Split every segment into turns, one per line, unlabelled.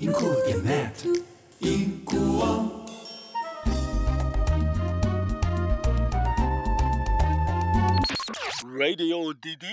银库点 net，银库网。
Radio DD。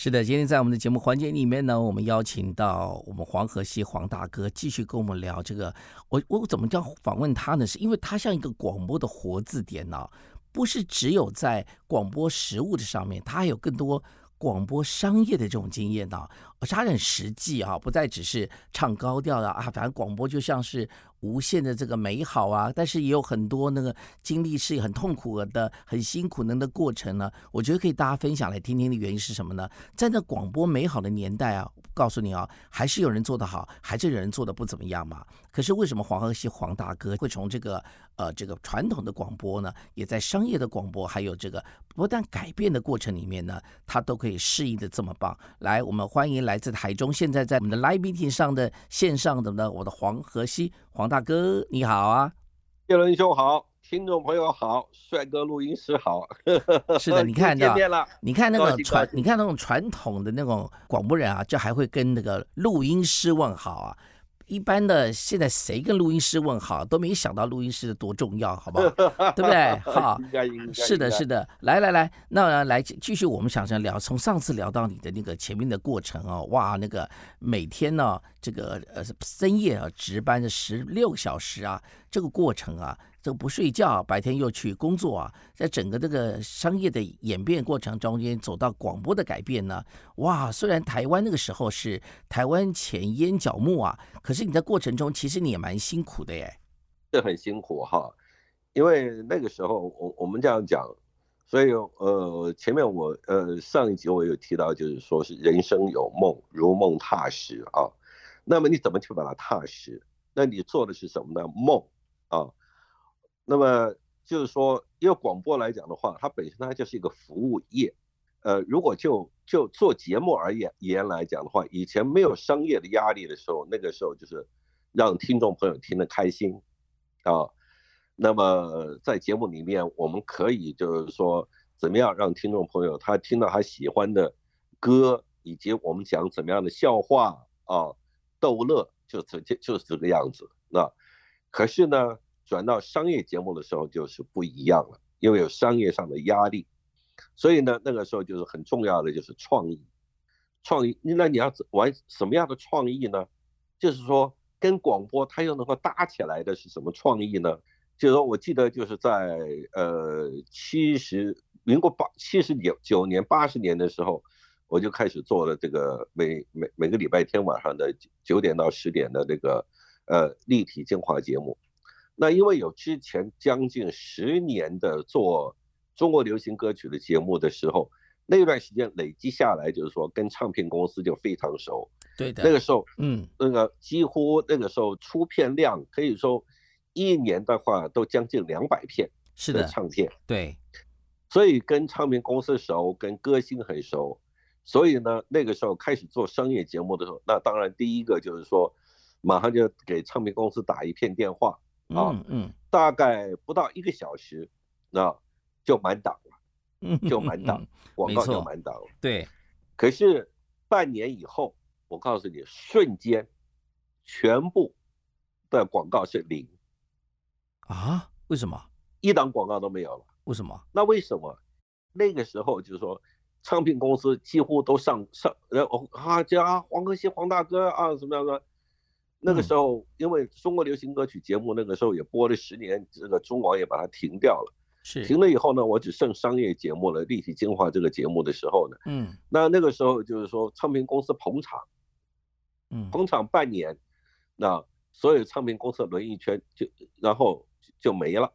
是的，今天在我们的节目环节里面呢，我们邀请到我们黄河西黄大哥继续跟我们聊这个。我我怎么叫访问他呢？是因为他像一个广播的活字典啊，不是只有在广播实务的上面，他还有更多广播商业的这种经验呢，而且他很实际啊，不再只是唱高调啊啊，反正广播就像是无限的这个美好啊，但是也有很多那个经历是很痛苦的、很辛苦的那个过程呢。我觉得可以大家分享来听听的原因是什么呢？在那广播美好的年代啊，告诉你啊，还是有人做得好，还是有人做得不怎么样嘛。可是为什么黄河西黄大哥会从这个呃这个传统的广播呢，也在商业的广播还有这个不断改变的过程里面呢，他都可以适应的这么棒？来，我们欢迎来自台中，现在在我们的 Live Meeting 上的线上的呢，我的黄河西黄大哥，你好啊！
叶伦兄好，听众朋友好，帅哥录音师好，
是的，你看
见
到。
面了，
你看那个
高级
传
高，级
你看那种传统的那种广播人啊，就还会跟那个录音师问好啊。一般的现在谁跟录音师问好，都没想到录音师多重要，好不好？对不 对？哈，
应该应该
啊是的，
应该
是的，来来来，那来继续我们想想聊，从上次聊到你的那个前面的过程哦，哇，那个每天呢、这个呃深夜啊值班的十六小时啊，这个过程啊，这个不睡觉，白天又去工作啊，在整个这个商业的演变过程中间，走到广播的改变呢，哇，虽然台湾那个时候是台湾前烟角木啊，可是你在过程中其实你也蛮辛苦的耶，
这很辛苦哈，因为那个时候我我们这样讲，所以呃前面我呃上一集我有提到，就是说是人生有梦，如梦踏实啊。那么你怎么去把它踏实？那你做的是什么呢？梦啊。那么就是说，因为广播来讲的话，它本身它就是一个服务业。呃，如果就就做节目而言言来讲的话，以前没有商业的压力的时候，那个时候就是让听众朋友听得开心，啊，那么在节目里面，我们可以就是说，怎么样让听众朋友他听到他喜欢的歌，以及我们讲怎么样的笑话啊，逗乐，就这就就是这个样子。那可是呢，转到商业节目的时候就是不一样了，因为有商业上的压力，所以呢，那个时候就是很重要的就是创意，创意，那你要怎玩什么样的创意呢？就是说跟广播它又能够搭起来的是什么创意呢？就是说我记得就是在呃七十民国八七十九九年八十年的时候，我就开始做了这个每每每个礼拜天晚上的九点到十点的这个呃立体精华节目。那因为有之前将近十年的做中国流行歌曲的节目的时候，那段时间累积下来，就是说跟唱片公司就非常熟。
对的，
那个时候
嗯，
那个几乎那个时候出片量可以说一年的话都将近两百片
是
的
的，
唱片，
对，
所以跟唱片公司熟，跟歌星很熟，所以呢，那个时候开始做商业节目的时候，那当然第一个就是说，马上就给唱片公司打一片电话，啊
嗯嗯
大概不到一个小时，那就满档了，
嗯，
就满档，广告
没错
就满档了。
对，
可是半年以后，我告诉你，瞬间全部的广告是零，
啊？为什么？
一档广告都没有了。
为什么？
那为什么？那个时候就是说，唱片公司几乎都上上，然后啊，这啊，黄河西黄大哥啊，什么样的？那个时候，因为中国流行歌曲节目那个时候也播了十年，这个中广也把它停掉了。
是，
停了以后呢，我只剩商业节目了，立体精华这个节目的时候呢，
嗯
那那个时候就是说，唱片公司捧场。
嗯，
工厂半年，那所有唱片公司轮一圈就，然后就没了，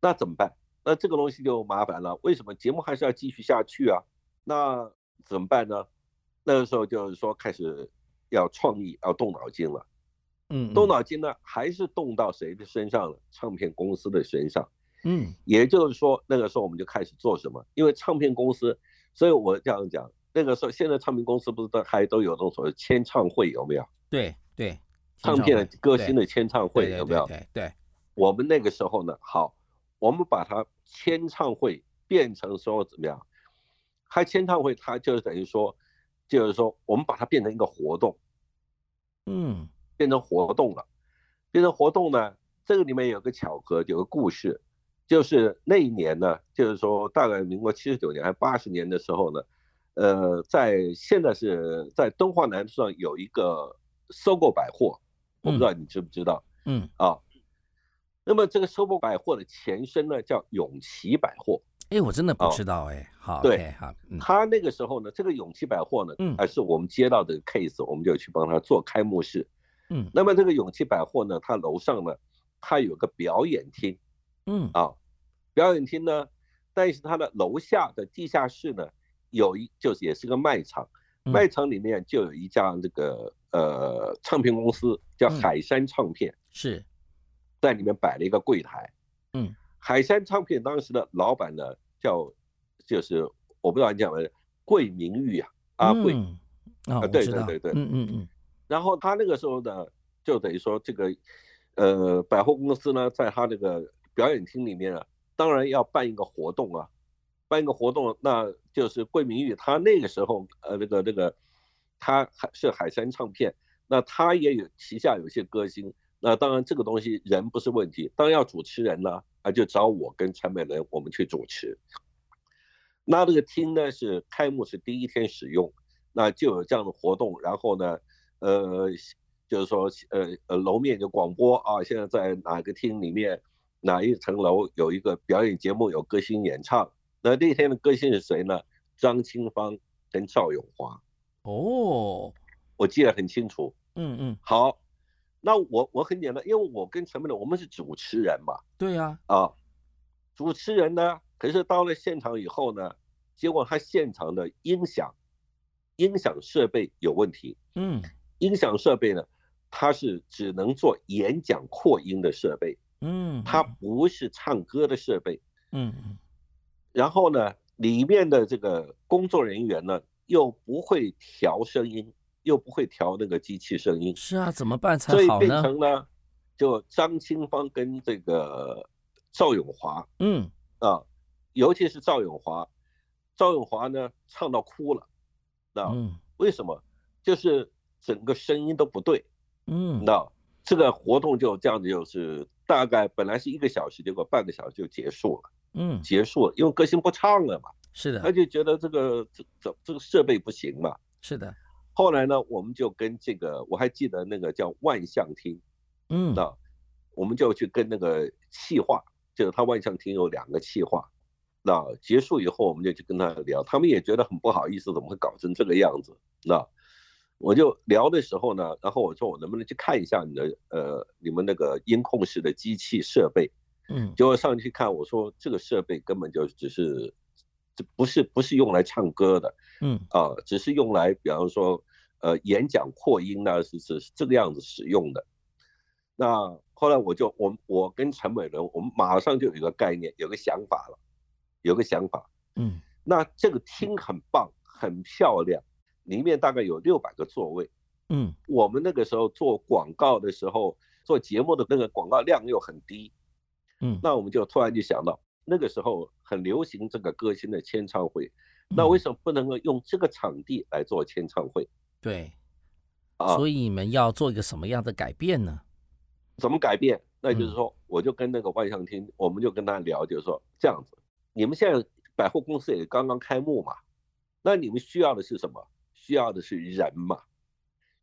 那怎么办？那这个东西就麻烦了。为什么节目还是要继续下去啊？那怎么办呢？那个时候就是说开始要创意，要动脑筋了。
嗯，
动脑筋呢，还是动到谁的身上了？唱片公司的身上。
嗯，
也就是说，那个时候我们就开始做什么？因为唱片公司，所以我这样讲，那个时候现在唱片公司不是都还都有那种所谓签唱会，有没有？
对对，
唱片的歌星的签唱
对
会
对
有没有？
对对，
我们那个时候呢，好，我们把它签唱会变成说怎么样？它签唱会，它就是等于说，就是说我们把它变成一个活动，
嗯
变成活动了。变成活动呢，这个里面有个巧合，有个故事，就是那一年呢，就是说大概民国七十九年还八十年的时候呢，呃，在现在是在敦化南路上有一个收购百货，我不知道你知不知道、
嗯，
啊。那么这个收购百货的前身呢，叫永琪百货。
哎，我真的不
哦
知道哎。好，
对哎
OK，好，嗯
他那个时候呢，这个永琪百货呢，
嗯
还是我们接到的 case，我们就去帮他做开幕式。
嗯
那么这个永琪百货呢，它楼上呢，它有个表演厅
嗯
啊，表演厅呢，但是它的楼下的地下室呢，有一就是也是个卖场，
嗯
卖场里面就有一家这个呃唱片公司叫
嗯
海山唱片，
是
在里面摆了一个柜台。
嗯，
海山唱片当时的老板呢叫，就是我不知道你讲没，桂明玉啊啊桂
嗯啊，我
对
知
对
道
对对
嗯嗯嗯
然后他那个时候呢，就等于说这个，呃，百货公司呢，在他这个表演厅里面啊，当然要办一个活动啊，办一个活动，那就是桂明玉他那个时候，呃，这个这个，他还是海山唱片，那他也有旗下有一些歌星，那当然这个东西人不是问题，当然要主持人了啊，就找我跟陈美伦我们去主持。那这个厅呢是开幕是第一天使用，那就有这样的活动，然后呢，呃，就是说呃呃楼面就广播啊，现在在哪个厅里面哪一层楼有一个表演节目，有歌星演唱。那那天的歌星是谁呢？张清芳跟赵咏华，
哦，
我记得很清楚。
嗯嗯，
好，那我我很简单，因为我跟陈美伦我们是主持人嘛，
对呀，
啊，主持人呢，可是到了现场以后呢，结果他现场的音响音响设备有问题，
嗯
音响设备呢，它是只能做演讲扩音的设备，
嗯，
它不是唱歌的设备。
嗯嗯
然后呢，里面的这个工作人员呢，又不会调声音，又不会调那个机器声音，
是啊，怎么办才
所以
好
变
呢？
成了就张清芳跟这个赵咏华
嗯
啊，尤其是赵咏华，赵咏华呢唱到哭了，啊，
嗯
为什么？就是整个声音都不对，
嗯，
那这个活动就这样子，就是大概本来是一个小时，结果半个小时就结束了，
嗯
结束了，因为歌星不唱了嘛，
是
他
的，
就觉得这个这这这个设备不行嘛。
是的，
后来呢，我们就跟这个我还记得那个叫万象厅，
嗯
那我们就去跟那个气化，就是他万象厅有两个气化，那结束以后我们就去跟他聊，他们也觉得很不好意思，怎么会搞成这个样子？那我就聊的时候呢，然后我说我能不能去看一下你的呃你们那个音控室的机器设备？
嗯
结果上去看，我说这个设备根本就只是，这不是不是用来唱歌的，
嗯
啊，只是用来，比方说，呃，演讲扩音呢、是是是这个样子使用的。那后来我就我我跟陈伟伦，我们马上就有一个概念，有个想法了，有个想法。
嗯
那这个厅很棒，很漂亮，里面大概有六百个座位。
嗯
我们那个时候做广告的时候，做节目的那个广告量又很低，
嗯，
那我们就突然就想到，那个时候很流行这个歌星的签唱会，那
嗯
为什么不能够用这个场地来做签唱会？
对？
啊
所以你们要做一个什么样的改变呢？
怎么改变？那就是
嗯
说，我就跟那个万象厅，我们就跟他聊，就是说这样子，你们现在百货公司也刚刚开幕嘛，那你们需要的是什么？需要的是人嘛，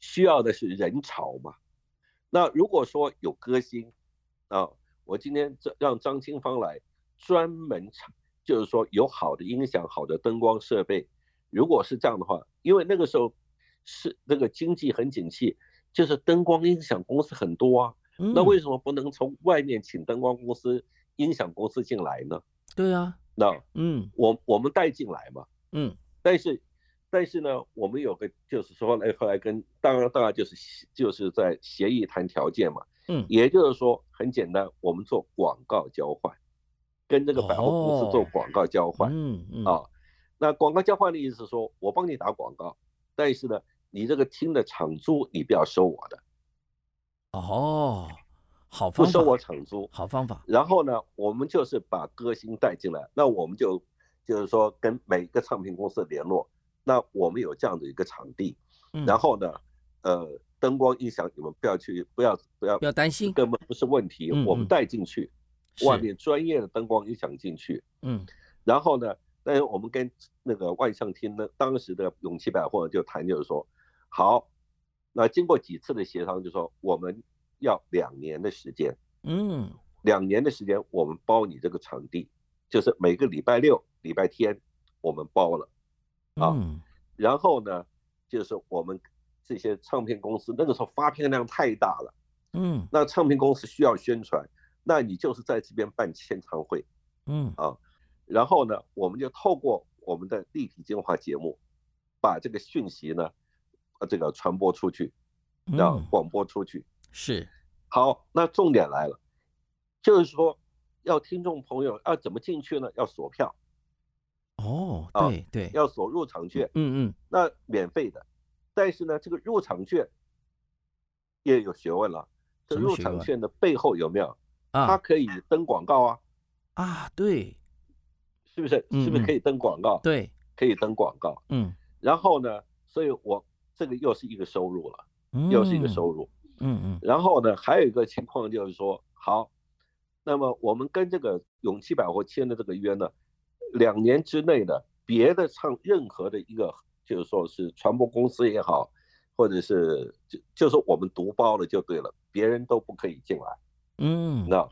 需要的是人潮嘛。那如果说有歌星，啊，我今天这让张清芳来专门唱，就是说有好的音响、好的灯光设备。如果是这样的话，因为那个时候是那个经济很景气，就是灯光音响公司很多啊。那
嗯
为什么不能从外面请灯光公司、音响公司进来呢？
对啊，
那
嗯
我我们带进来嘛。
嗯
但是，但是呢，我们有个就是说，来后来跟当然当然就是协就是在协议谈条件嘛。
嗯
也就是说，很简单，我们做广告交换，跟这个百货公司做
哦
广告交换、
嗯嗯
啊。那广告交换的意思是说，我帮你打广告，但是呢，你这个厅的场租你不要收我的，
哦，好
不
方法
收，我场租。
好方法，
然后呢，我们就是把歌星带进来，那我们就就是说跟每一个唱片公司联络，那我们有这样的一个场地，
嗯
然后呢，呃，灯光音响，你们不要去，不要不要
不，要担心，
根本不是问题
嗯，
我们
嗯
带进去，外
是
面专业的灯光音响进去，
嗯
然后呢，那我们跟那个万象厅呢，当时的永琪百货就谈，就是说，好，那经过几次的协商，就说我们要两年的时间，
嗯
两年的时间我们包你这个场地，就是每个礼拜六、礼拜天我们包了，啊
嗯
然后呢，就是我们这些唱片公司那个时候发片量太大了，
嗯
那唱片公司需要宣传，那你就是在这边办签唱会。
嗯
然后呢，我们就透过我们的立体精华节目，把这个讯息呢，呃，这个传播出去，让
嗯，
广播出去。
是
好，那重点来了，就是说，要听众朋友要怎么进去呢？要锁票，
哦，
啊
对对，
要锁入场券，
嗯嗯
那免费的。但是呢，这个入场券也有学问了。这
什么
入
学
场
问
券的背后有没有？它
啊
可以登广告啊，
啊，对
是不是？
嗯
是不是可以登广告？，
对，
可以登广告。
嗯
然后呢，所以我这个又是一个收入了，
嗯，
又是一个收入。
嗯，嗯嗯，
然后呢，还有一个情况就是说，好，那么我们跟这个永气百货签的这个约呢，两年之内呢，别的唱任何的一个，就是说是传播公司也好，或者是就就是我们独包了就对了，别人都不可以进来。
嗯
那，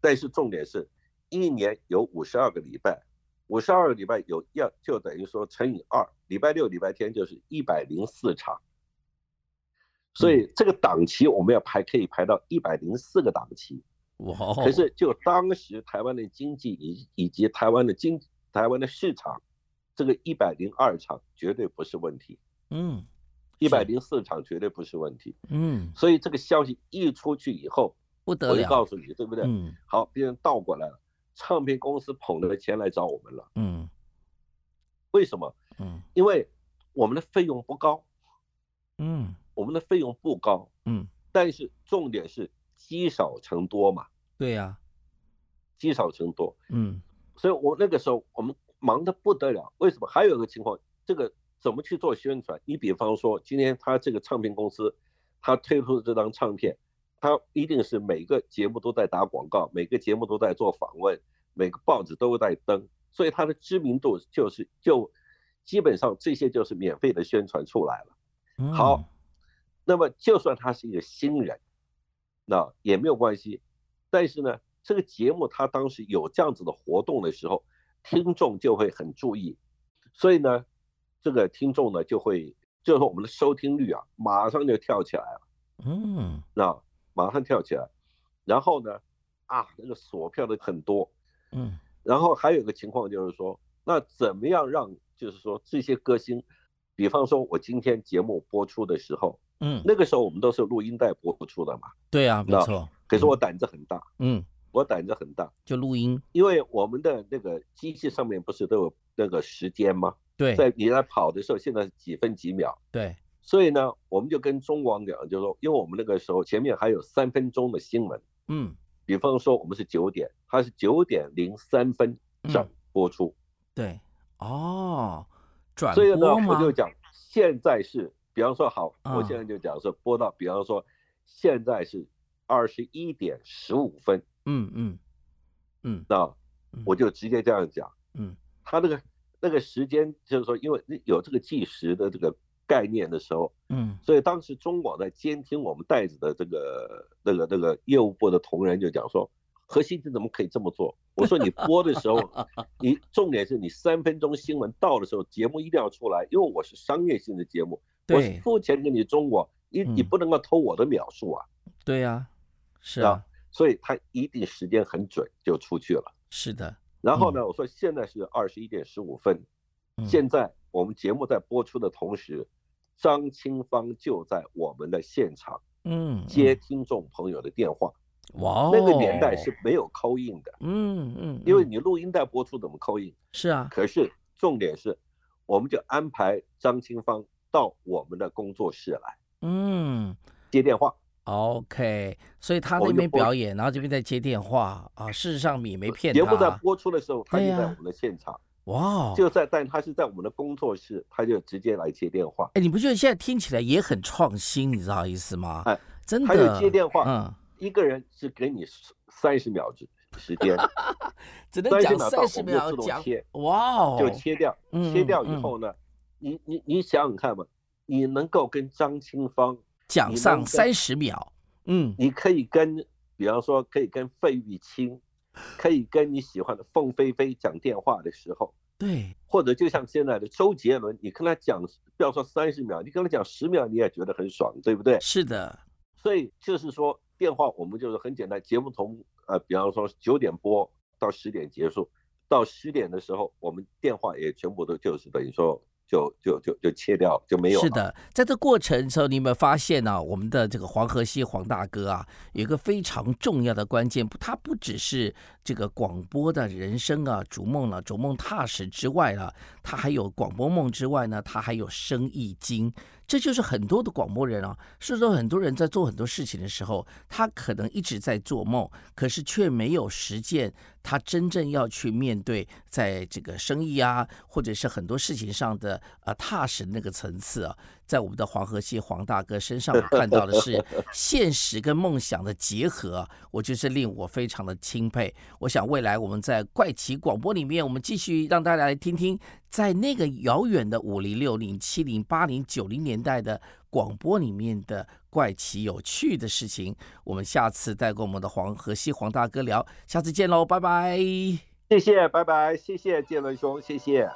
但是重点是，一年有五十二个礼拜，五十二个礼拜有要就等于说乘以二，礼拜六、礼拜天就是一百零四场，所以
嗯
这个档期我们要排可以排到一百零四个档期。
哇哦，
可是就当时台湾的经济以以及台湾的经台湾的市场，这个一百零二场绝对不是问题，
嗯
一百零四场绝对不是问题。
嗯
所以这个消息一出去以后，
不得
我就告
了，
诉你，对不对？
嗯
好，别人倒过来了，唱片公司捧着钱来找我们了，
嗯
为什么？
嗯
因为我们的费用不高，
嗯
我们的费用不高，
嗯，
但是重点是积少成多嘛，
对啊呀，
积少成多，
嗯
所以我那个时候我们忙得不得了。为什么？还有一个情况，这个怎么去做宣传？你比方说，今天他这个唱片公司，他推出的这张唱片，他一定是每个节目都在打广告，每个节目都在做访问，每个报纸都在登，所以它的知名度就是就基本上这些就是免费的宣传出来了。
嗯
好，那么就算他是一个新人，那也没有关系。但是呢，这个节目他当时有这样子的活动的时候，听众就会很注意，所以呢，这个听众呢就会，就是说我们的收听率啊，马上就跳起来了，
嗯
那马上跳起来。然后呢，啊，那个锁票的很多，
嗯
然后还有一个情况就是说，那怎么样让，就是说这些歌星，比方说我今天节目播出的时候，
嗯，
那个时候我们都是录音带播出的嘛，
对呀，没
那
错，
可是我胆子很大，
嗯，
我胆子很大，
就录音，
因为我们的那个机器上面不是都有那个时间吗？
对
在你在跑的时候，现在是几分几秒，
对，
所以呢，我们就跟中广讲，就是说，因为我们那个时候前面还有三分钟的新闻，
嗯
比方说我们是九点，它是九点零三分
嗯
整播出，
对，哦，转
所以呢，
播
我
吗？
就讲现在是，比方说好，我
嗯
现在就讲是播到，比方说现在是二十一点十五分，
嗯嗯嗯，
那
嗯
我就直接这样讲。
嗯
他那个那个时间，就是说，因为有这个计时的这个概念的时候，
嗯
所以当时中广在监听我们袋子的这个那个那个业务部的同仁就讲说，何西你怎么可以这么做？我说你播的时候，你重点是你三分钟新闻到的时候，节目一定要出来，因为我是商业性的节目，我是
对
付钱给你中广，你你
嗯
不能够偷我的秒数啊，
对呀，是
啊
啊
所以他一定时间很准就出去了。
是的，
然后呢，我说现在是二十一点十五分，
嗯
现在我们节目在播出的同时，张清芳就在我们的现场
嗯
接
嗯
听众朋友的电话。
哇哦，
那个年代是没有扣印的，
嗯嗯，
因为
嗯
你录音带播出怎么扣印？
是啊，
可是重点是，我们就安排张清芳到我们的工作室来
嗯
接电话。
，OK，所以他那
我们就
边
播
表演，然后这边在接电话啊。事实上，你没骗
节目在
他，
播出的时候，他就
对呀
在我们的现场。
哇哦！
就在但他是在我们的工作室，他就直接来接电话，
哎，你不觉得现在听起来也很创新，你知道意思吗？
哎，
真的。
还有接电话
嗯，
一个人只给你三十秒之 时间，
只能
30
讲
秒到
三十
我们就
秒
自动
讲
切，
哇哦，
就切掉，
嗯
切掉以
嗯
后呢，你你你想想看嘛，你能够跟张清芳，
讲
你
上
能在
三十秒，嗯，
你可以跟，比方说可以跟费玉清，可以跟你喜欢的凤飞飞讲电话的时候，
对，
或者就像现在的周杰伦，你跟他讲，不要说三十秒，你跟他讲十秒，你也觉得很爽，对不对？
是的，
所以就是说，电话我们就是很简单，节目从呃，比方说九点播到十点结束，到十点的时候，我们电话也全部都就是等于说就就就就切掉，就没有了。
是，的，在这过程的时候，你有没有发现呢、我们的这个黄河西黄大哥啊，有一个非常重要的关键，不他不只是这个广播的人生啊，逐梦了、逐梦踏实之外啊，他还有广播梦之外呢，他还有生意经。这就是很多的广播人啊，是说很多人在做很多事情的时候，他可能一直在做梦，可是却没有实践他真正要去面对在这个生意啊，或者是很多事情上的呃踏实那个层次啊，在我们的黄河系黄大哥身上，我看到的是现实跟梦想的结合啊，我就是令我非常的钦佩。我想未来我们在怪奇广播里面，我们继续让大家来听听，在那个遥远的五零、六零、七零、八零、九零年代的广播里面的怪奇有趣的事情。我们下次再跟我们的黄河西黄大哥聊，下次见喽，拜拜。
谢谢，拜拜，谢谢建文兄，谢谢。